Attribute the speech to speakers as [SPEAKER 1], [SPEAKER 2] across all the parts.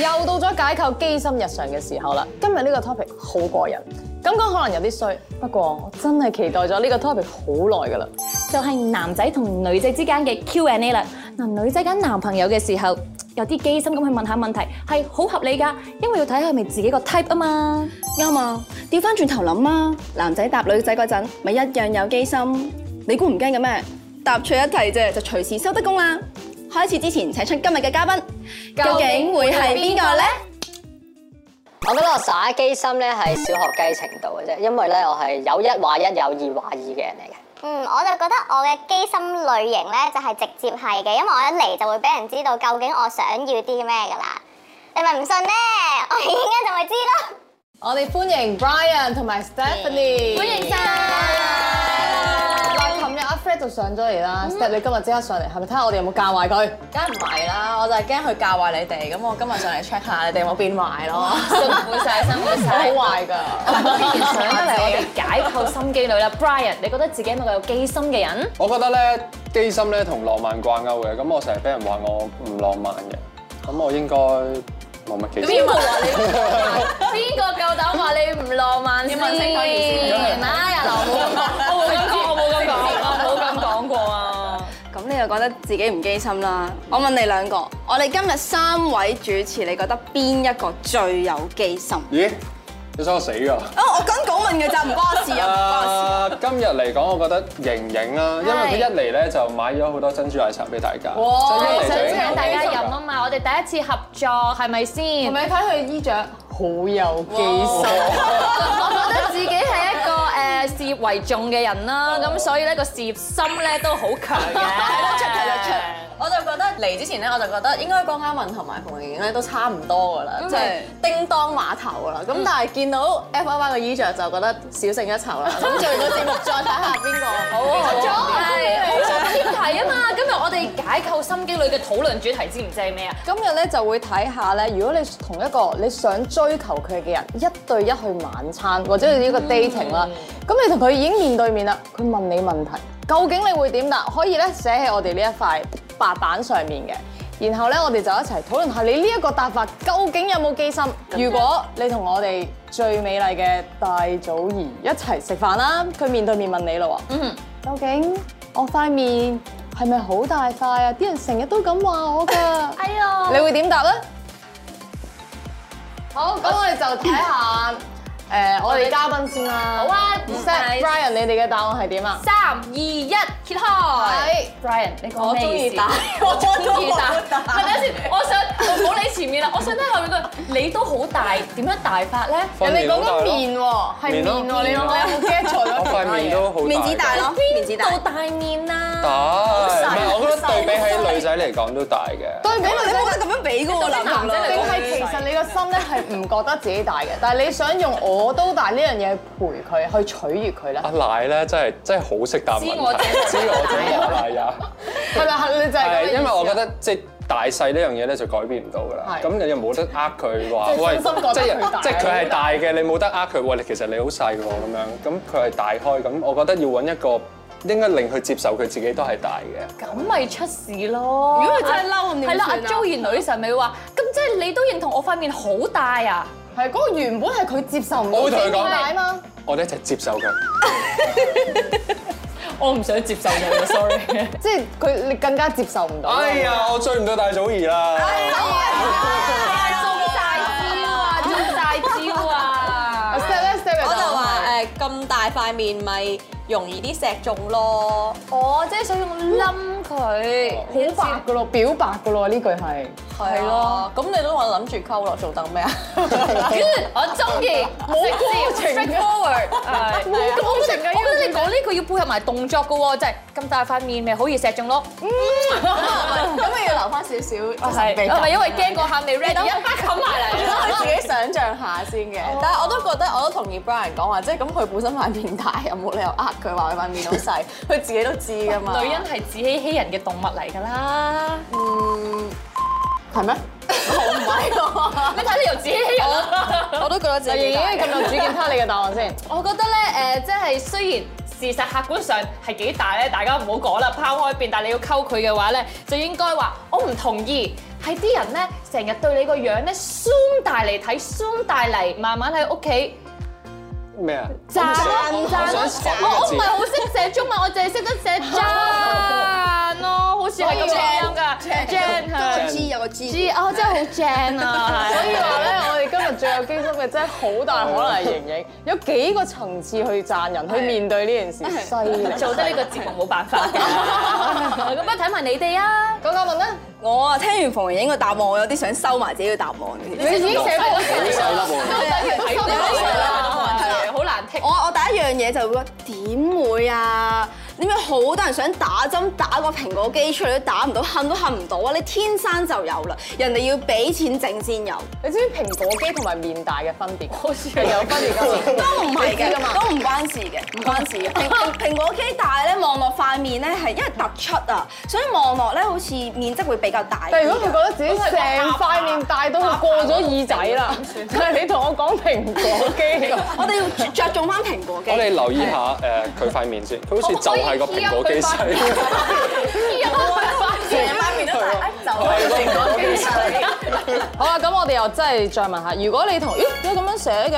[SPEAKER 1] 解構機心日常嘅時候啦。今日呢個 topic 好過癮，咁講可能有啲衰，不過我真係期待咗呢個 topic 好耐㗎啦。
[SPEAKER 2] 就係男仔同女仔之間嘅 Q&A 啦。嗱，女仔揀男朋友嘅時候，有啲機心咁去問下問題，係好合理㗎，因為要睇下係咪自己個 type 啊嘛。
[SPEAKER 3] 啱啊！調翻轉頭諗啊，男仔搭女仔嗰陣，咪一樣有機心。你估唔驚嘅咩？答錯一題啫，就隨時收得工啦。開始之前，請出今日嘅嘉賓，究竟會係邊個呢？
[SPEAKER 4] 我覺得我耍機心咧係小學雞程度嘅啫，因為咧我係有一話一，有二話二嘅人嚟嘅。
[SPEAKER 5] 嗯，我就覺得我嘅機心類型咧就係、直接係嘅，因為我一嚟就會俾人知道究竟我想要啲咩噶啦。你咪唔信咧，我而家就會知咯。
[SPEAKER 1] 我哋歡迎 Brian 同埋 Stephanie，歡迎晒。嗱，琴日阿 Fred 就上咗嚟啦，Step 你今日即刻上嚟，係咪睇下我哋有冇教壞佢？
[SPEAKER 6] 嗯梗唔係啦，我就係驚佢教壞你哋，咁我今日上嚟 check 下你哋有冇變壞 咯。辛苦晒，辛苦
[SPEAKER 1] 好
[SPEAKER 6] 晒。
[SPEAKER 1] 壞㗎，
[SPEAKER 2] 上得嚟我哋解構心機女啦，Brian，你覺得自己係咪個有機心嘅人？
[SPEAKER 7] 我覺得咧，機心咧同浪漫掛鈎嘅，咁我成日俾人話我唔浪漫嘅，咁我應該冇乜機心。
[SPEAKER 2] 邊個夠膽話你唔浪漫先？
[SPEAKER 6] 要問清楚意思
[SPEAKER 2] 哎呀，嗱我冇咁講，我冇咁講，我冇咁講過啊！
[SPEAKER 3] 咁你又覺得自己唔機心啦？我問你兩個，我哋今日三位主持，你覺得邊一個最有機心？
[SPEAKER 7] 咦？你想我死㗎？
[SPEAKER 3] 啊！我講講問嘅咋，唔關我事啊，唔關我事。
[SPEAKER 7] 啊，今日嚟講，我覺得盈盈啦，因為佢一嚟咧就買咗好多珍珠奶茶俾大家，
[SPEAKER 1] 哇
[SPEAKER 2] 想
[SPEAKER 7] 即係一嚟就已經
[SPEAKER 2] 請大家飲啊嘛，我哋第一次合作係咪
[SPEAKER 1] 同
[SPEAKER 2] 先？
[SPEAKER 1] 埋你睇佢衣着好有機心。
[SPEAKER 2] 我覺得自己係一個誒、呃事業為重嘅人啦，咁所以咧個事業心咧都好強嘅，睇
[SPEAKER 6] 得出睇得出。啊我就覺得嚟之前咧，我就覺得應該江嘉敏同埋馮盈盈咧都差唔多噶啦，即係叮當碼頭噶啦。咁但係見到 F I Y 嘅衣着就覺得小勝一籌啦。咁做完個節目再睇下邊個好
[SPEAKER 2] 咗係好重點題啊嘛！今日我哋解構心機女嘅討論主題知唔知係咩啊？
[SPEAKER 1] 今日咧就會睇下咧，如果你同一個你想追求佢嘅人一對一去晚餐，或者你呢個 dating 啦，咁、你同佢已經面對面啦，佢問你問題，究竟你會點答？可以咧寫喺我哋呢一塊白板上面嘅，然後咧我哋就一齊討論下你呢一個答法究竟有冇機心？如果你同我哋最美麗嘅大祖兒一齊食飯啦，佢面對面問你咯喎。究竟我塊面係咪好大塊啊？啲人成日都咁話我㗎。 哎呀！
[SPEAKER 2] 哦
[SPEAKER 1] 你會點答咧？好，咁我哋就睇下誒我哋嘉賓先啦。
[SPEAKER 2] 好啊
[SPEAKER 1] Set Brian，你哋嘅答案係點啊？
[SPEAKER 2] 三二一，揭開。Brian，你講咩意思？
[SPEAKER 6] 我
[SPEAKER 2] 中意大，
[SPEAKER 6] 打
[SPEAKER 2] 咪等下先，我想我冇理前面啦，我想聽後面句，你都好大，點樣大法咧？
[SPEAKER 7] 分
[SPEAKER 1] 人哋
[SPEAKER 7] 年好
[SPEAKER 1] 講
[SPEAKER 7] 大
[SPEAKER 1] 緊
[SPEAKER 7] 咯
[SPEAKER 1] 面喎，係面
[SPEAKER 7] 面咯
[SPEAKER 1] 喎，你有冇你有冇 get 錯咗？
[SPEAKER 7] 我塊面都好
[SPEAKER 3] 面子大
[SPEAKER 7] 㗎
[SPEAKER 3] 咯，面子大
[SPEAKER 2] 到。大面啊！
[SPEAKER 7] 大，唔係我覺得對比起女仔嚟講都大嘅。
[SPEAKER 1] 對比
[SPEAKER 3] 你
[SPEAKER 1] 女
[SPEAKER 3] 冇
[SPEAKER 1] 仔。
[SPEAKER 3] 得咁樣俾嘅喎，男
[SPEAKER 1] 定
[SPEAKER 3] 仔
[SPEAKER 1] 係其實你個心咧係唔覺得自己大嘅，但係你想用我都大呢樣嘢陪佢去取悅佢咧
[SPEAKER 7] 阿，奶咧真係真係好識答問題，
[SPEAKER 2] 知我者冇
[SPEAKER 7] 知我者冇奶也。
[SPEAKER 1] 係咪係你就係咁嘅
[SPEAKER 7] 係
[SPEAKER 1] 意思啊
[SPEAKER 7] 因為我覺得即係大細呢樣嘢咧就改變唔到㗎啦
[SPEAKER 1] 係。
[SPEAKER 7] 咁你又冇得呃佢話，
[SPEAKER 1] 即係
[SPEAKER 7] 喂，
[SPEAKER 1] 真心覺得
[SPEAKER 7] 即
[SPEAKER 1] 佢大
[SPEAKER 7] 係即係佢係大嘅，你冇得呃佢。喂，你其實你好細喎咁樣。咁佢係大開，咁我覺得要揾一個應該令佢接受佢自己都係大嘅。
[SPEAKER 2] 咁咪出事咯！
[SPEAKER 3] 如果佢真係嬲咁點
[SPEAKER 2] 係啦，阿
[SPEAKER 3] 算啊
[SPEAKER 2] Joey 女神咪話：咁即係你都認同我塊面好大啊？
[SPEAKER 1] 係嗰個原本係佢接受唔到
[SPEAKER 7] 我會同佢
[SPEAKER 1] 點
[SPEAKER 7] 講
[SPEAKER 1] 解嘛？
[SPEAKER 7] 我哋一齊接受佢。
[SPEAKER 2] 我唔想接受你嘅，sorry。
[SPEAKER 1] 即係佢你更加接受唔到。
[SPEAKER 7] 哎呀，我追唔到大祖兒啦！
[SPEAKER 2] 中大招啊！中大招啊！
[SPEAKER 1] step 咧 step
[SPEAKER 6] 我就話誒咁大塊面咪容易啲錫中咯。
[SPEAKER 2] 我即係想用冧佢，
[SPEAKER 1] 誒好白噶咯，表白噶咯呢句係。
[SPEAKER 6] 係咯，咁你都話諗住溝落做等咩啊？
[SPEAKER 2] Good，我中意，冇
[SPEAKER 1] 高情嘅
[SPEAKER 2] straightforward，係
[SPEAKER 1] 冇高情嘅
[SPEAKER 2] 我覺得你講呢句要配合埋動作嘅喎，就係咁大塊面咪好易錫中咯。
[SPEAKER 6] 咁你要留翻少 少
[SPEAKER 2] 係係咪因為驚嗰下未 ready 一巴冚埋嚟？
[SPEAKER 6] 等哦 佢自己想像下先嘅。 但係我都覺得，我都同意 Brian 講話，即係咁佢本身塊面大，又冇理由呃佢話佢塊面好 細，佢自己都知㗎嘛。
[SPEAKER 2] 女人係自欺欺人嘅動物嚟㗎啦，嗯哦
[SPEAKER 6] 係咩？我唔係喎。
[SPEAKER 2] 你睇你又自欺欺人啦。
[SPEAKER 6] 我都覺得自
[SPEAKER 1] 嗱，盈盈哎咁有主見，睇你嘅答案 先。
[SPEAKER 2] 我覺得咧誒，即係雖然事實客觀上係幾大咧，大家唔好講啦，拋開邊，但係你要溝佢嘅話咧，就應該話我唔同意，係啲人咧成日對你個樣咧 zoom 大嚟睇，zoom 大嚟，慢慢喺屋企
[SPEAKER 7] 咩啊？
[SPEAKER 2] 讚
[SPEAKER 7] 我
[SPEAKER 2] 咯
[SPEAKER 7] 想
[SPEAKER 2] 讚
[SPEAKER 7] 我
[SPEAKER 2] 咯
[SPEAKER 7] 想。
[SPEAKER 2] 我我唔係好識寫中文，我淨係識得 寫讚咯，好似係咁樣㗎。Jan
[SPEAKER 3] 有
[SPEAKER 2] 係
[SPEAKER 3] 個 G 有個 G，
[SPEAKER 2] G，啊，真係好正啊！
[SPEAKER 1] 所以話咧，我哋今日最有機心嘅真係好大可能係盈 盈，有幾個層次去讚人，去面對呢件事，犀 利。
[SPEAKER 2] 做得呢個節目冇辦法 嘅。咁不如睇埋你哋啊！
[SPEAKER 1] 講講問啦，
[SPEAKER 3] 我啊聽完馮盈盈個答案，我有啲想收埋自己嘅答案嘅。
[SPEAKER 1] 你已經寫好
[SPEAKER 7] 好細粒喎，
[SPEAKER 2] 睇到啦，好難剔。
[SPEAKER 3] 我我第一樣嘢就會覺得點會啊？點解好多人想打針打個蘋果機出嚟都打唔到，恨都恨唔到啊！你天生就有啦，人哋要俾錢整先有，
[SPEAKER 1] 你知唔知蘋果肌同埋面大嘅分別？好似係有分別㗎。
[SPEAKER 3] 都唔係嘅，都唔關事嘅，唔關事嘅。蘋蘋蘋果肌大咧，望落塊面咧係因為突出啊，所以望落咧好似面積會比較大啲㗎。
[SPEAKER 1] 但係如果佢覺得自己成塊面大到佢過咗耳仔啦，但係 你同我講蘋果 肌，
[SPEAKER 3] 我哋要着着重翻蘋果肌
[SPEAKER 7] 我。哋留意下誒佢塊面先，佢好似就係個蘋果肌
[SPEAKER 2] 啊
[SPEAKER 7] 細，
[SPEAKER 3] 啊哎
[SPEAKER 1] 好啦，咁我哋又真係再問下，如果你同咦點解咁樣寫嘅？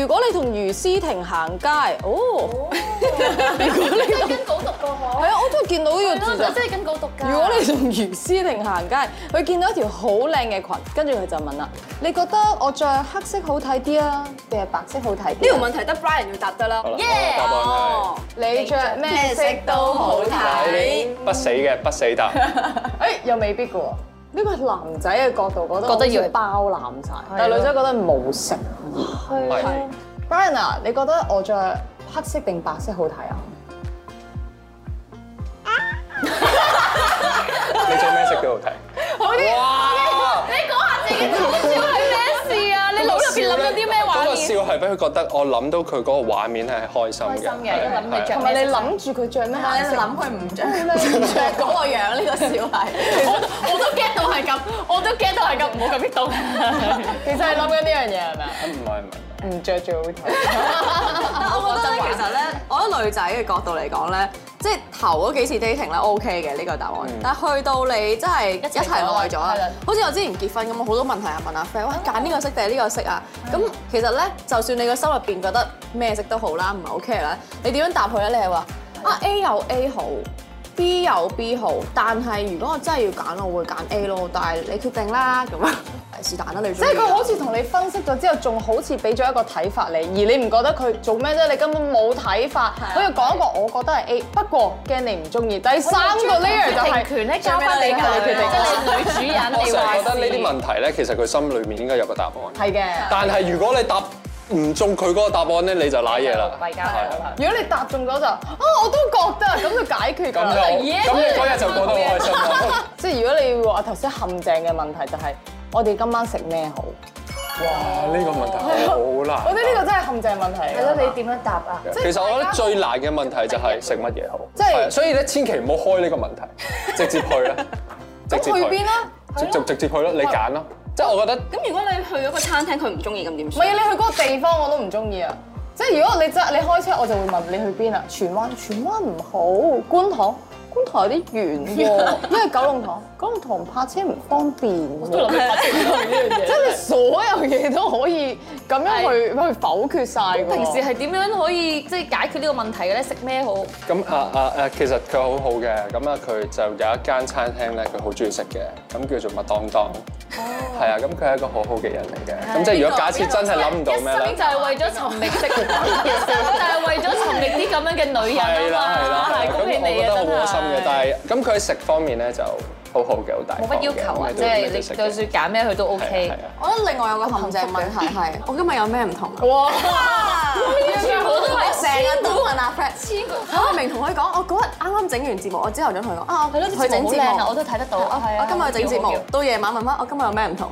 [SPEAKER 1] 如果你同余思婷行街， 哦，
[SPEAKER 2] 真係跟稿讀過我。
[SPEAKER 1] 係啊，我都見到呢個字
[SPEAKER 2] 真
[SPEAKER 1] 就。
[SPEAKER 2] 係跟稿讀㗎。
[SPEAKER 1] 如果你同余思婷行街，佢見到一條好靚嘅裙，跟住佢就問啦：你覺得我着黑色好睇啲啊，定係白色好睇啲啊？
[SPEAKER 3] 呢條問題得 Brian 要答得啦
[SPEAKER 7] 好。啦我答案
[SPEAKER 1] 你着咩色都好
[SPEAKER 7] 係
[SPEAKER 1] 睇。
[SPEAKER 7] 你不死嘅不死答，
[SPEAKER 1] 誒，又未必嘅喎。呢個係男仔嘅角度覺得覺得要包攬晒，但係女仔覺得冇色。
[SPEAKER 7] 係
[SPEAKER 1] Brian 啊，你覺得我着黑色定白色好睇啊？
[SPEAKER 7] 你做咩色都好睇。
[SPEAKER 2] 你講下自己偷笑係咩事啊？你腦入邊諗咗啲咩
[SPEAKER 7] 嗰
[SPEAKER 2] 畫
[SPEAKER 7] 個
[SPEAKER 2] 面？
[SPEAKER 7] 笑係俾佢覺得我諗到佢嗰個畫面係開心嘅，
[SPEAKER 2] 開心嘅因為諗佢
[SPEAKER 7] 係
[SPEAKER 2] 着
[SPEAKER 1] 同埋你諗住佢着咩顏色？
[SPEAKER 6] 諗佢唔着唔 着嗰個樣，呢個笑係。
[SPEAKER 2] 我都 get 到係咁，我都 get 到係咁，唔好咁激動。
[SPEAKER 1] 其實係諗緊呢樣嘢係咪啊？
[SPEAKER 7] 係唔係唔係。
[SPEAKER 1] 唔着最好睇。
[SPEAKER 6] 但我覺得咧，其實咧，我覺得女仔嘅角度嚟講咧，即係頭嗰幾次 dating 咧 OK 嘅呢個答案，但係去到你真係嗯一齊耐咗啦啊
[SPEAKER 2] 係啦，
[SPEAKER 6] 好似我之前結婚咁，我好多問題係問阿 friend，喂揀呢個色定係呢個色啊？咁其實咧，就算你個心入邊覺得咩色都好啦，唔係 OK 啦，你點樣答佢咧？你係話啊 A 有 A 好。B 有 B 好，但係如果我真係要揀，我會揀 A 咯。但係你決定啦，咁樣 是但啦，你
[SPEAKER 1] 即係佢好似同你分析咗之後，仲好似俾咗一個睇法你，而你唔覺得佢做咩啫？你根本冇睇法。佢又講一個我覺得係 A，不過驚你唔中意。第三個 layer 就係
[SPEAKER 2] 決定權咧交翻你
[SPEAKER 1] 最尾啦
[SPEAKER 2] 決
[SPEAKER 1] 你決定
[SPEAKER 2] 定，即係你女主人，
[SPEAKER 7] 我
[SPEAKER 2] 你
[SPEAKER 7] 成
[SPEAKER 2] 話
[SPEAKER 7] 日覺得呢
[SPEAKER 2] 事
[SPEAKER 7] 啲問題咧，其實佢心裏面應該有個答案。
[SPEAKER 1] 係嘅。
[SPEAKER 7] 但係如果你答唔中佢嗰個答案咧，你就賴嘢啦。啊
[SPEAKER 2] 弊家伙啦。
[SPEAKER 1] 如果你答中咗就啊，我都覺得咁就解決㗎
[SPEAKER 7] 咁就
[SPEAKER 1] 啦。
[SPEAKER 7] 咁你嗰日就過得好開心啦。
[SPEAKER 1] 即係如果你話頭先陷阱嘅問題就係我哋今晚食咩好？
[SPEAKER 7] 哇！呢個問題好難。啊
[SPEAKER 1] 我覺得呢個真係陷阱問題。係
[SPEAKER 2] 係咯，你點樣答啊？
[SPEAKER 7] 其實我覺得最難嘅問題就係食乜嘢好，
[SPEAKER 1] 即係
[SPEAKER 7] 係啊所以咧，千祈唔好開呢個問題，直接去啦，直接
[SPEAKER 1] 去邊啊啦？
[SPEAKER 7] 直直直接去啦，你揀啦。即係我覺得
[SPEAKER 3] 咁如果你去咗個餐廳，佢唔中意咁點
[SPEAKER 1] 唔係啊
[SPEAKER 3] 算？
[SPEAKER 1] 你去嗰個地方我都唔中意啊！即係如果你真你開車，我就會問你去邊啊？荃灣，荃灣唔好，觀塘，觀塘有啲遠 喎，因為九龍塘，九龍塘泊車唔方便喎。 即係你所有嘢都可以咁樣去去否決晒㗎喎。
[SPEAKER 2] 平時係點樣可以即係解決呢個問題嘅咧？食咩好？
[SPEAKER 7] 咁啊啊啊，其實佢好好嘅，咁啊佢就有一間餐廳咧，佢好中意食嘅，咁叫做麥當當。係啊，咁佢係一個好好嘅人嚟嘅。咁即係如果假設真係諗唔到咩
[SPEAKER 2] 一
[SPEAKER 7] 咧
[SPEAKER 2] 生？就係為咗尋覓食，就係為咗尋覓啲咁樣嘅女
[SPEAKER 7] 係
[SPEAKER 2] 人
[SPEAKER 7] 啦
[SPEAKER 2] 啊
[SPEAKER 7] 係啦
[SPEAKER 2] 嘛，
[SPEAKER 7] 係
[SPEAKER 2] 係
[SPEAKER 7] 啦，咁
[SPEAKER 2] 恭喜
[SPEAKER 7] 我
[SPEAKER 2] 你
[SPEAKER 7] 覺
[SPEAKER 2] 啊！
[SPEAKER 7] 得好
[SPEAKER 2] 真
[SPEAKER 7] 開
[SPEAKER 2] 係
[SPEAKER 7] 心嘅，但係咁佢喺食方面咧就好好嘅，好大
[SPEAKER 2] 冇
[SPEAKER 7] 方
[SPEAKER 2] 乜
[SPEAKER 7] 嘅
[SPEAKER 2] 要求啊
[SPEAKER 7] 咩，都
[SPEAKER 2] 即係
[SPEAKER 7] 咩都
[SPEAKER 2] 你
[SPEAKER 7] 食嘅
[SPEAKER 2] 就算揀咩佢都
[SPEAKER 7] 係
[SPEAKER 2] OK
[SPEAKER 7] 啊。係啊
[SPEAKER 6] 我覺得另外有個陷阱問題係，我今日有咩唔同啊？
[SPEAKER 1] 哇！
[SPEAKER 6] 全部都係成日都問阿 Fred，嚇我哦明同佢講，我嗰日啱啱整完節目，我朝頭早同佢講啊，
[SPEAKER 2] 係咯，
[SPEAKER 6] 去
[SPEAKER 2] 佢
[SPEAKER 6] 整
[SPEAKER 2] 整好
[SPEAKER 6] 節
[SPEAKER 2] 靚啊，
[SPEAKER 6] 目
[SPEAKER 2] 我，都睇得到。啊，係啊
[SPEAKER 6] 我今日去整節目，到夜晚問翻我今日有咩唔同，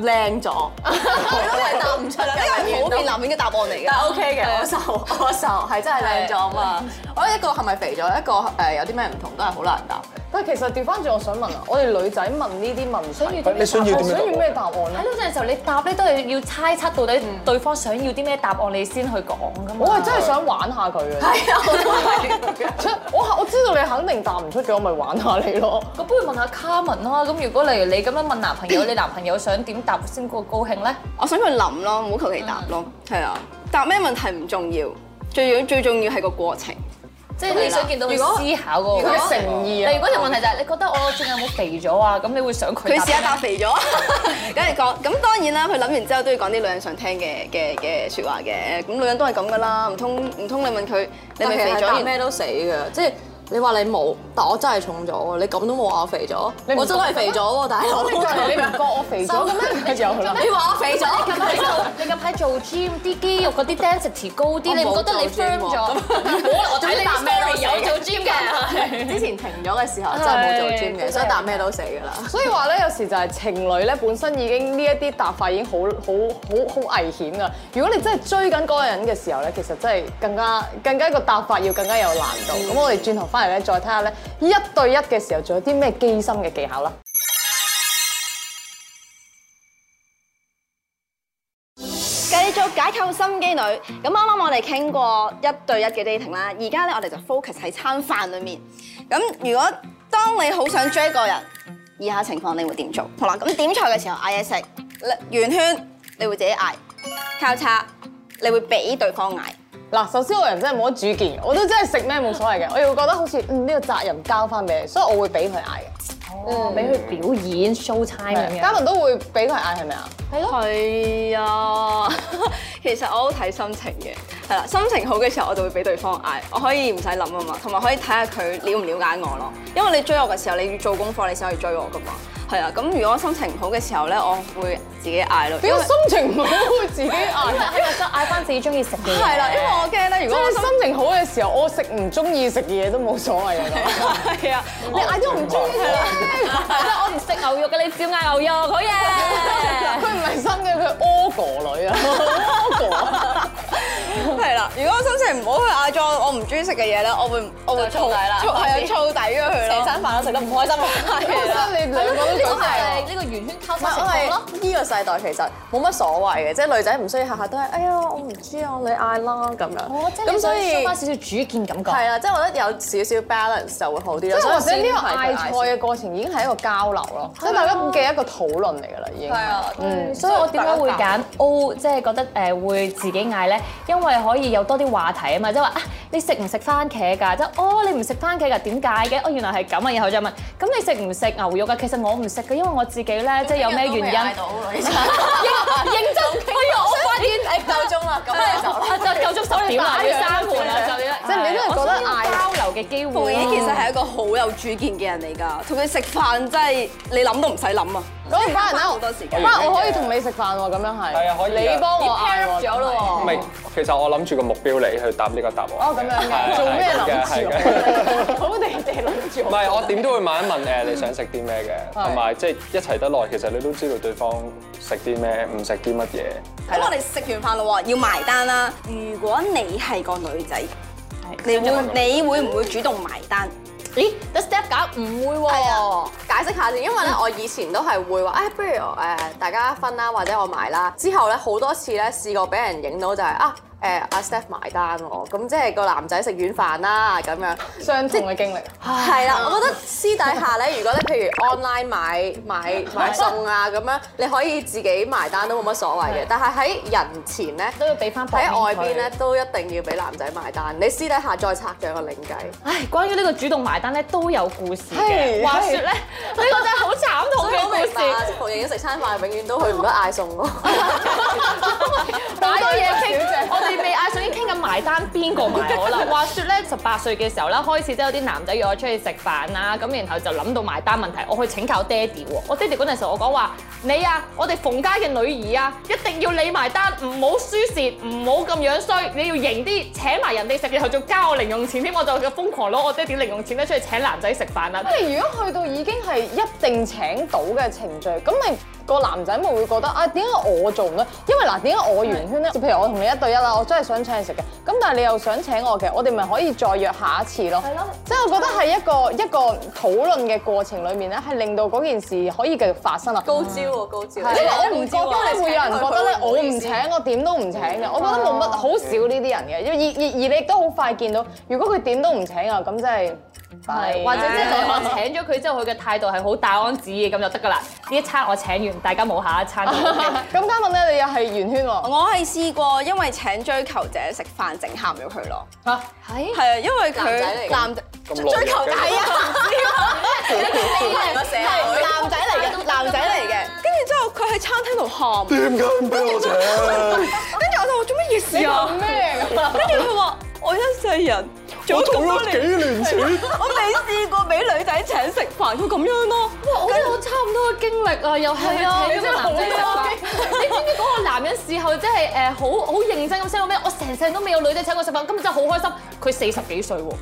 [SPEAKER 6] 靚 咗，我都係答唔出啦，呢
[SPEAKER 3] 呢個係普遍男人嘅答案嚟嘅
[SPEAKER 6] 但。係 OK 嘅，我受呃我受係真係靚咗啊嘛！我覺得一個係咪肥咗，一個誒有啲咩唔同都係好難答嘅。
[SPEAKER 1] 但係其實調翻轉，我想問啊，我哋女仔問呢啲問題，
[SPEAKER 2] 要
[SPEAKER 7] 你想要點樣
[SPEAKER 1] 哦想
[SPEAKER 7] 答案
[SPEAKER 1] 要咩答案啊
[SPEAKER 2] 喺
[SPEAKER 1] 咧？
[SPEAKER 2] 呢陣時候，你答咧都係要猜測到底對方想要啲咩答案，你先去講噶嘛。
[SPEAKER 1] 我係真係想玩下佢嘅。係
[SPEAKER 2] 啊
[SPEAKER 1] 啊，我我我知道你肯定答唔出嘅，我咪玩下你咯。
[SPEAKER 2] 咁不如問下 Carmen 啦。咁如果例如你咁樣問男朋 友，你男朋友想點答先過高興咧？
[SPEAKER 3] 我想佢諗咯，唔好求其答咯，
[SPEAKER 6] 嗯
[SPEAKER 3] 係啊，答咩問題唔重要，最重最重要係個過程。
[SPEAKER 2] 即係你想見到佢思考嗰個。
[SPEAKER 1] 佢嘅誠意啊
[SPEAKER 2] 你，如果條問題就係你覺得我仲有冇肥咗啊？咁你會想佢
[SPEAKER 3] 佢
[SPEAKER 2] 答
[SPEAKER 3] 試下答肥 咗，梗係講咁當然啦。佢諗完之後都要講啲女人想聽嘅嘅嘅説話嘅。咁女人都係咁噶啦，唔通唔通你問佢你咪肥
[SPEAKER 6] 但其實答
[SPEAKER 3] 咗？
[SPEAKER 6] 咩都死嘅，即係你話你冇，但我真係重咗喎，你咁都冇話我肥咗，我真係肥咗喎，大佬。
[SPEAKER 1] 你你唔覺我肥咗嘅咩？ 有啦。
[SPEAKER 6] 你話我肥咗，
[SPEAKER 2] 你近排做你近排做 gym 啲肌肉嗰啲 density 高啲，你唔覺得你 firm 咗？我睇你答咩有做 gym 嘅。
[SPEAKER 6] 之前停咗嘅時候真係冇做 gym 嘅，所以答咩都死㗎啦。
[SPEAKER 1] 所以話咧，有時就係情侶咧，本身已經呢一啲答法已經好好好好危險噶。如果你真係追緊嗰個人嘅時候咧，其實真係更加更加個答法要更加有難度。咁、我哋轉頭翻嚟咧，再睇下咧一對一嘅時候，仲有啲咩機心嘅技巧啦。
[SPEAKER 3] 繼續解構心機女。咁啱啱我哋傾過一對一嘅 dating 啦，而家咧我哋就 focus 喺餐飯裡面。咁如果當你好想追一個人，以下情況你會點做？好啦，咁點菜嘅時候嗌嘢食，圓圈你會自己嗌，交叉你會俾對方嗌。
[SPEAKER 1] 嗱，首先我人真係冇得主見，我都真係食咩冇所謂嘅，我又會覺得好似嗯呢、個責任交翻俾你，所以我會俾佢嗌嘅。
[SPEAKER 2] 哦，俾佢表演 show time 咁
[SPEAKER 1] 嘉
[SPEAKER 2] 樣。
[SPEAKER 1] 文都會俾佢嗌係咪啊？
[SPEAKER 3] 係啊， 其實我都睇心情嘅，係啦，心情好嘅時候我就會俾對方嗌，我可以唔使諗啊嘛，同埋可以睇下佢了唔了解我咯。因為你追我嘅時候，你要做功課，你先可以追我噶嘛。係啊，咁如果心情唔好嘅時候咧，我會自己嗌咯。
[SPEAKER 1] 點解心情唔好會自己嗌？
[SPEAKER 2] 啊因為嗌翻自己中意食嘅嘢。
[SPEAKER 3] 係啦，因為我驚咧，如
[SPEAKER 1] 如
[SPEAKER 3] 果
[SPEAKER 1] 果
[SPEAKER 3] 我
[SPEAKER 1] 我
[SPEAKER 3] 心
[SPEAKER 1] 心情好嘅時候，我食唔中意食嘅嘢都冇所謂嘅。
[SPEAKER 3] 係啊，
[SPEAKER 1] 你嗌咗我唔中意嘅
[SPEAKER 2] 我唔食牛肉嘅，你照嗌牛肉，好嘢！
[SPEAKER 1] 佢唔係新嘅，佢柯哥 女啊，柯哥。
[SPEAKER 3] 係啦，如果我心情唔好，佢嗌咗我唔中意食嘅嘢咧，我會我會燥底啦，係啊，燥底咗佢咯。
[SPEAKER 6] 餐飯都食得唔開心啊！
[SPEAKER 1] 本身你兩個都
[SPEAKER 2] 呢個
[SPEAKER 1] 講
[SPEAKER 2] 係呢個圓圈溝
[SPEAKER 6] 唔係，
[SPEAKER 2] 翻
[SPEAKER 6] 我
[SPEAKER 2] 成咯。
[SPEAKER 6] 係呢個世代其實冇乜所謂嘅，即係女仔唔需要下下都係，哎呀我唔知啊，你嗌啦咁
[SPEAKER 2] 哦
[SPEAKER 6] 樣。咁所以
[SPEAKER 2] 翻少少主見感覺。
[SPEAKER 6] 係啦，即係我覺得有少少 balance 就會好啲
[SPEAKER 1] 即
[SPEAKER 6] 咯。
[SPEAKER 1] 係
[SPEAKER 6] 所以
[SPEAKER 1] 或者呢
[SPEAKER 6] 先
[SPEAKER 1] 個
[SPEAKER 6] 係佢
[SPEAKER 1] 嗌菜
[SPEAKER 6] 先
[SPEAKER 1] 嘅過程已經係一個交流咯，即係大家嘅一個討論嚟㗎啦，已經。係啊，嗯，
[SPEAKER 2] 所以我點解會揀 O，即係覺得誒會自己嗌咧？因為可以有多啲話題啊嘛，即係話啊，你食唔食番茄㗎？即係哦，你唔食番茄㗎，點解嘅？哦，原來係咁啊！然後就問，咁你食唔食牛肉㗎？其實我唔食嘅，因為我自己咧，即係有咩原因？認真，哎呀，我發 現誒夠鐘啦，咁啊就夠鐘十點啦，要閂門啦，就要
[SPEAKER 1] 即係你都係覺得
[SPEAKER 2] 我想要交流嘅機
[SPEAKER 3] 馮
[SPEAKER 2] 會
[SPEAKER 3] 怡
[SPEAKER 2] 咯。
[SPEAKER 3] 其實係一個好有主見嘅人嚟㗎，同佢食飯真係你諗都唔使諗啊！
[SPEAKER 1] 咁唔翻嚟
[SPEAKER 3] 好多時間
[SPEAKER 1] 啊，我可以同你食飯喎，咁樣係。
[SPEAKER 7] 係啊可以啊
[SPEAKER 1] 你幫我嗌喎
[SPEAKER 2] 咗咯
[SPEAKER 7] 唔係，其實我諗住個目標你去答呢個答案。
[SPEAKER 1] 哦，咁樣嘅，
[SPEAKER 7] 係
[SPEAKER 1] 做咩
[SPEAKER 7] 係嘅係嘅
[SPEAKER 1] 諗住我？ 好地地諗住
[SPEAKER 7] 唔
[SPEAKER 1] 我。
[SPEAKER 7] 係，我點都會問一問誒，你想食啲咩嘅，同埋即係一齊得耐，其實你都知道對方食啲咩，唔食啲乜嘢。
[SPEAKER 3] 咁我哋食完飯啦喎，要埋單啦。如果你係個女仔，你會你會唔會主動埋單？
[SPEAKER 2] 咦，The Step 搞唔會
[SPEAKER 6] 係
[SPEAKER 2] 喎。
[SPEAKER 6] 啊，嗯解釋下先，因為咧我以前都係會話，誒哎不如我誒大家分啦，或者我埋啦。之後咧好多次咧試過俾人影到就係啊誒阿 Steph 埋單喎，咁即係個男仔食軟飯啦咁樣。
[SPEAKER 1] 相同嘅經歷。
[SPEAKER 6] 係啊啦，我覺得私底下咧，如果咧譬如 online 買 買買餸啊咁樣，你可以自己埋單都冇乜所謂嘅。但係喺人前咧。
[SPEAKER 2] 都要俾翻
[SPEAKER 6] 喺外邊咧都一定要俾男仔埋單，你私底下再拆賬個另計。
[SPEAKER 2] 唉，關於呢個主動埋單咧都有故事
[SPEAKER 1] 係
[SPEAKER 2] 嘅。話説 咧，呢個真係好慘痛
[SPEAKER 6] 所以
[SPEAKER 2] 嘅
[SPEAKER 6] 我
[SPEAKER 2] 故
[SPEAKER 6] 明白
[SPEAKER 2] 事，，
[SPEAKER 6] 馮盈盈食餐飯永遠都去唔到嗌餸咯。
[SPEAKER 2] 好多嘢傾。我哋未嗌上已經傾緊埋單，邊個埋 我啦？話説咧，十八歲嘅時候啦，開始都有啲男仔約我出去食飯啦，咁然後就諗到埋單問題，我去請教爹哋喎。我爹哋嗰陣時候我講話：你啊，我哋馮家嘅女兒啊，一定要你埋單，唔好輸蝕，唔好咁樣衰，你要型啲，請埋人哋食，然後仲交我零用錢添，我就瘋狂攞我爹哋零用錢咧出去請男仔食飯啦。啊
[SPEAKER 1] 即係如果去到已經係一定請到嘅程序，咁咪個男仔咪會覺得啊，點解我做唔到？因為嗱，點解我圓圈咧？就譬如我同你一對一啦，我真係想請你食嘅，咁但係你又想請我嘅，我哋咪可以再約下一次咯。係咯，即係我覺得係一個一個討論嘅過程裡面咧，係令到嗰件事可以繼續發生啊。
[SPEAKER 6] 高招
[SPEAKER 3] 嗯
[SPEAKER 6] 喎，高招！
[SPEAKER 1] 因為我唔覺得會有人覺得咧，我唔請
[SPEAKER 6] 係
[SPEAKER 1] 我點都唔請嘅，我覺得冇乜好少呢啲人嘅，而而而你亦都好快見到，如果佢點都唔請啊，咁真係係
[SPEAKER 2] 或者即係我請咗佢之後，佢嘅態度係好大安旨意咁就得㗎啦。呢一餐我請完，大家冇下一餐就 OK。
[SPEAKER 1] 咁嘉敏咧，你又係圓圈喎，
[SPEAKER 3] 我係試過，因為請追求者食飯整喊咗佢咯。
[SPEAKER 2] 嚇
[SPEAKER 3] 係啊，因為佢男追
[SPEAKER 7] 咁懦弱
[SPEAKER 3] 追求
[SPEAKER 7] 嘅
[SPEAKER 3] 係啊，係男仔嚟
[SPEAKER 6] 個社會
[SPEAKER 3] 嘅，男仔嚟嘅。跟住之後佢喺餐廳度喊，
[SPEAKER 7] 點解唔俾我請？
[SPEAKER 3] 跟住我就話做乜嘢
[SPEAKER 2] 哎
[SPEAKER 3] 事啊？
[SPEAKER 1] 咩嚟㗎？
[SPEAKER 3] 跟住佢話我一世人做咗咁多年，
[SPEAKER 7] 年前。
[SPEAKER 3] 我未試過俾女仔請食飯，佢咁樣咯。
[SPEAKER 2] 我有差唔多嘅經歷啊，又係啊，你真係好多你知唔知嗰個男人事後真係誒好好認真咁 send 我咩？我成世都未有女仔請我食飯，今日真係好開心。佢四十幾歲喎。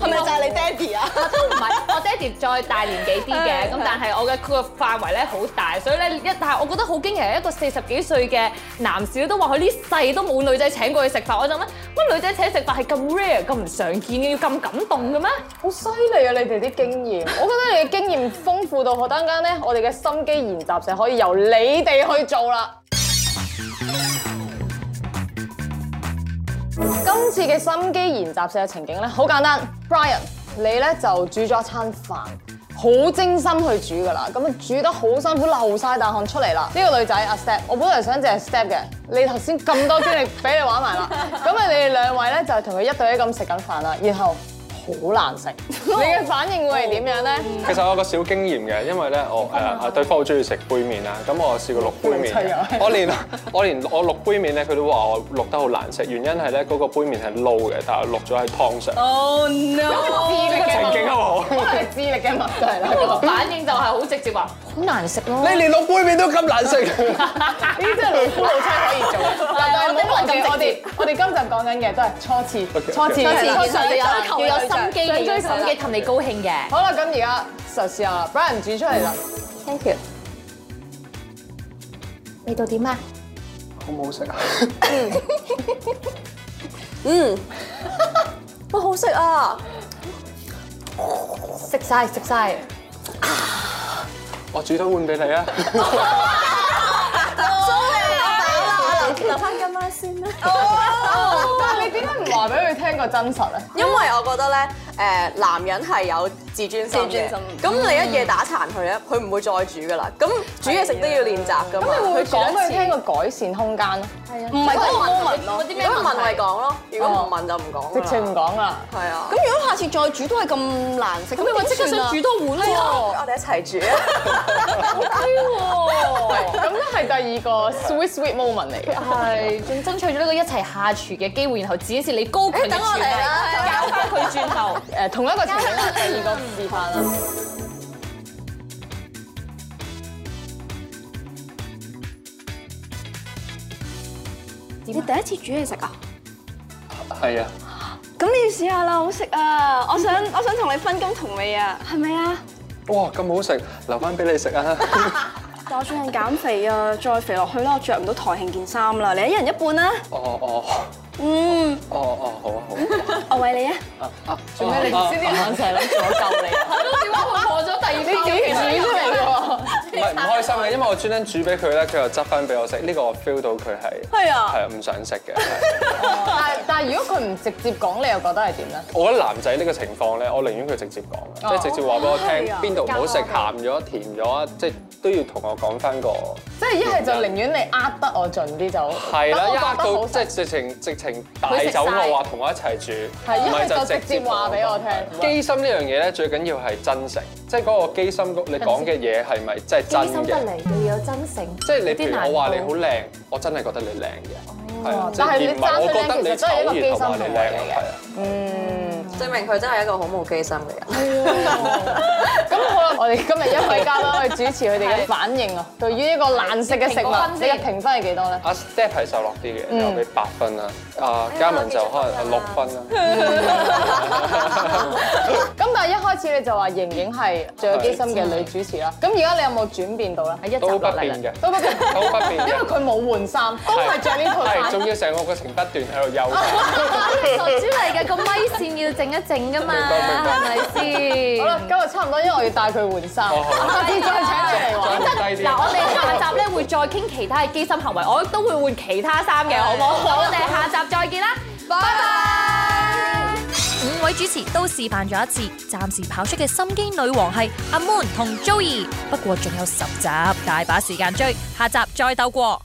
[SPEAKER 3] 係咪就係你爹哋啊？
[SPEAKER 2] 都唔係，我爹哋再大年紀啲嘅，咁但係我嘅佢嘅範圍咧好大，所以咧一但係我覺得好驚奇，一個四十幾歲嘅男士都話佢呢世都冇女仔請過佢食飯，我就諗乜女仔請食飯係咁 rare、咁唔常見嘅，要咁感動嘅咩？
[SPEAKER 1] 好犀利啊！你哋啲經驗， 我覺得你嘅經驗豐富到，突然間咧，我哋嘅心機研習社可以由你哋去做啦。今次嘅心機研習社嘅情景咧，好簡單。Brian，你咧就煮咗一餐飯，好精心去煮噶啦，咁啊煮得好辛苦，流晒大汗出嚟啦。呢、個女仔阿 Step，我本來想淨係 Step 嘅，你頭先咁多精力俾你玩埋 啦，咁啊你哋兩位咧就係同佢一對一咁食緊飯啦，然後好難 食，你嘅反應會係點樣咧？
[SPEAKER 7] 其實我有個小經驗嘅，因為咧我誒啊對方好中意食杯麵啊，咁我試過淥杯麵嘅
[SPEAKER 1] 咁啊，
[SPEAKER 7] 我連我連我淥杯麵咧，佢都話我淥得好難食，原因係咧嗰個杯麵係撈嘅，但係我淥咗喺湯上，啊
[SPEAKER 1] 智力嘅
[SPEAKER 7] 情
[SPEAKER 1] 問題，
[SPEAKER 7] 景好唔好？
[SPEAKER 1] 係智力嘅問題啦。
[SPEAKER 2] 呢個反應就係好直接話好難食咯。
[SPEAKER 7] 你連淥杯麵都咁難食，
[SPEAKER 1] 呢啲真係老夫老妻可以做， 但係我哋忘記我哋我哋今集講緊嘅都係初次，
[SPEAKER 7] OK，OK
[SPEAKER 1] 初次，
[SPEAKER 7] 初
[SPEAKER 3] 次
[SPEAKER 1] 初次
[SPEAKER 2] 要
[SPEAKER 3] 追
[SPEAKER 2] 有
[SPEAKER 3] 求
[SPEAKER 2] 要有
[SPEAKER 3] 女仔
[SPEAKER 2] 心機嘅，要有心機氹你高興嘅。
[SPEAKER 1] 好啦，咁而家實試下啦，Brian 煮出嚟啦，thank you。
[SPEAKER 2] 味道點啊？
[SPEAKER 7] 好唔好食啊？
[SPEAKER 6] 哇，好食啊！
[SPEAKER 2] 食晒，食晒。
[SPEAKER 7] 我煮多碗俾你啊！
[SPEAKER 6] 留翻今晚先啦。
[SPEAKER 1] 但係你點解唔話俾佢聽個真實咧？
[SPEAKER 6] 因為我覺得咧，誒男人係有自
[SPEAKER 3] 自
[SPEAKER 6] 尊心
[SPEAKER 3] 尊
[SPEAKER 6] 嘅
[SPEAKER 3] 心，
[SPEAKER 6] 咁你一夜打殘佢咧，佢唔會再煮噶啦。咁煮嘢食都要練習噶嘛。
[SPEAKER 1] 啊咁你會唔會
[SPEAKER 6] 佢
[SPEAKER 1] 講俾佢聽個改善空間咧？
[SPEAKER 3] 唔係嗰個 moment 咯。
[SPEAKER 6] 如果問咪講咯，如果唔問就唔講
[SPEAKER 1] 哦直
[SPEAKER 6] 㗎啦。
[SPEAKER 1] 情唔講啦。
[SPEAKER 6] 係啊。
[SPEAKER 3] 咁如果下次再煮都係咁難食，咁你咪即刻
[SPEAKER 1] 啊
[SPEAKER 3] 想煮多碗咯。
[SPEAKER 6] 我哋一齊煮啊！
[SPEAKER 1] 咁都係第二個 sweet sweet moment 嚟 嘅。
[SPEAKER 2] 係，仲爭取咗呢個一齊下廚嘅機會，然後展示你高強嘅廚藝，教翻佢轉頭。
[SPEAKER 1] 誒，同一個 情景啦，第二個示範 啦。
[SPEAKER 3] 你第一次煮嘢食啊？
[SPEAKER 7] 係啊，
[SPEAKER 3] 咁你要試下啦，好食啊！我想我想同你分金同味啊，係咪啊？
[SPEAKER 7] 哇咁好食，留翻俾你食啊！
[SPEAKER 3] 但我最近減肥啊，再肥落去啦，我着唔到台慶件衫啦，你一人一半啦。
[SPEAKER 7] 哦哦
[SPEAKER 3] 嗯，
[SPEAKER 7] 哦哦，好啊好 啊。
[SPEAKER 3] 我餵你啊。
[SPEAKER 1] 做咩你先啲眼成諗住我救你？你自己煮出嚟嘅喎。
[SPEAKER 7] 唔係唔開心嘅，因為我專登煮俾佢咧，佢又執翻俾我食，呢個我 feel 到佢係
[SPEAKER 3] 係啊
[SPEAKER 7] 係唔想食嘅。 係
[SPEAKER 1] 但係但係如果佢唔直接講，你又覺得係點咧？
[SPEAKER 7] 我覺得男仔呢個情況咧，我寧願佢直接講，啊
[SPEAKER 1] 哦
[SPEAKER 7] 即係直接話俾我
[SPEAKER 3] 係啊
[SPEAKER 7] 聽邊度唔好食，鹹咗、甜咗啊，即係都要同我講翻個
[SPEAKER 1] 即係一係就寧願你呃得我盡啲就好，
[SPEAKER 7] 係啦，
[SPEAKER 1] 等我覺
[SPEAKER 7] 一呃
[SPEAKER 1] 得好食
[SPEAKER 7] 到即係直情直情帶走我話同我一齊煮，
[SPEAKER 1] 係一
[SPEAKER 7] 唔
[SPEAKER 1] 係
[SPEAKER 7] 係
[SPEAKER 1] 就直接話俾我聽。
[SPEAKER 7] 機心呢樣嘢咧，最緊要係真誠，即係嗰個機心，你講嘅嘢係咪即係真嘅？
[SPEAKER 2] 嚟要有真誠，
[SPEAKER 7] 即係你譬如我話你好靚，我真係覺得你靚嘅，係啊，即
[SPEAKER 1] 哦但係
[SPEAKER 7] 係
[SPEAKER 1] 你
[SPEAKER 7] 而唔係我覺得你
[SPEAKER 1] 讚佢靚其實都係一個
[SPEAKER 7] 醜，然後
[SPEAKER 1] 機心
[SPEAKER 7] 話
[SPEAKER 1] 行
[SPEAKER 7] 你啊
[SPEAKER 1] 為嚟
[SPEAKER 7] 靚咯，
[SPEAKER 1] 嘅
[SPEAKER 7] 係啊。
[SPEAKER 6] 證明佢真係一個好冇機心嘅人。
[SPEAKER 1] 咁好啦，我哋今日一位嘉賓去主持佢哋嘅反應啊，對於呢個難食嘅食物，你嘅評分係幾多 咧？
[SPEAKER 7] 阿 Step 係受落啲
[SPEAKER 1] 嗯
[SPEAKER 7] 嘅，就俾八分啦。
[SPEAKER 1] 哎
[SPEAKER 7] 阿嘉文就可能六分啊啦。
[SPEAKER 1] 咁但係一開始你就話瑩瑩係最有機心嘅女主持啦，咁而家你有冇轉變到咧？
[SPEAKER 8] 係一集
[SPEAKER 7] 都不
[SPEAKER 8] 落
[SPEAKER 7] 變
[SPEAKER 8] 嚟啦。
[SPEAKER 7] 嘅，
[SPEAKER 1] 都不變
[SPEAKER 7] 都不變
[SPEAKER 1] 因為
[SPEAKER 7] 嘅。
[SPEAKER 1] 佢冇換衫，都係着呢套
[SPEAKER 7] 係，
[SPEAKER 1] 衫。
[SPEAKER 7] 仲要成個過程不斷喺度休。
[SPEAKER 2] 傻豬嚟嘅，個咪線要整一整噶嘛，係咪先？
[SPEAKER 1] 好啦，今日差唔多，因為我要帶佢換衫，
[SPEAKER 7] 哦好
[SPEAKER 1] 下次再請佢嚟玩。
[SPEAKER 7] 再低
[SPEAKER 2] 嗱，我
[SPEAKER 7] 啲。
[SPEAKER 2] 哋下集咧會再傾其他嘅機心行為，我都會換其他衫嘅，好唔好？我哋下集再見啦，拜拜。
[SPEAKER 9] 五位主持都示範咗一次，暫時跑出嘅心機女王係阿 Moon 同 Joey，不過仲有十集，大把時間追，下集再鬥過。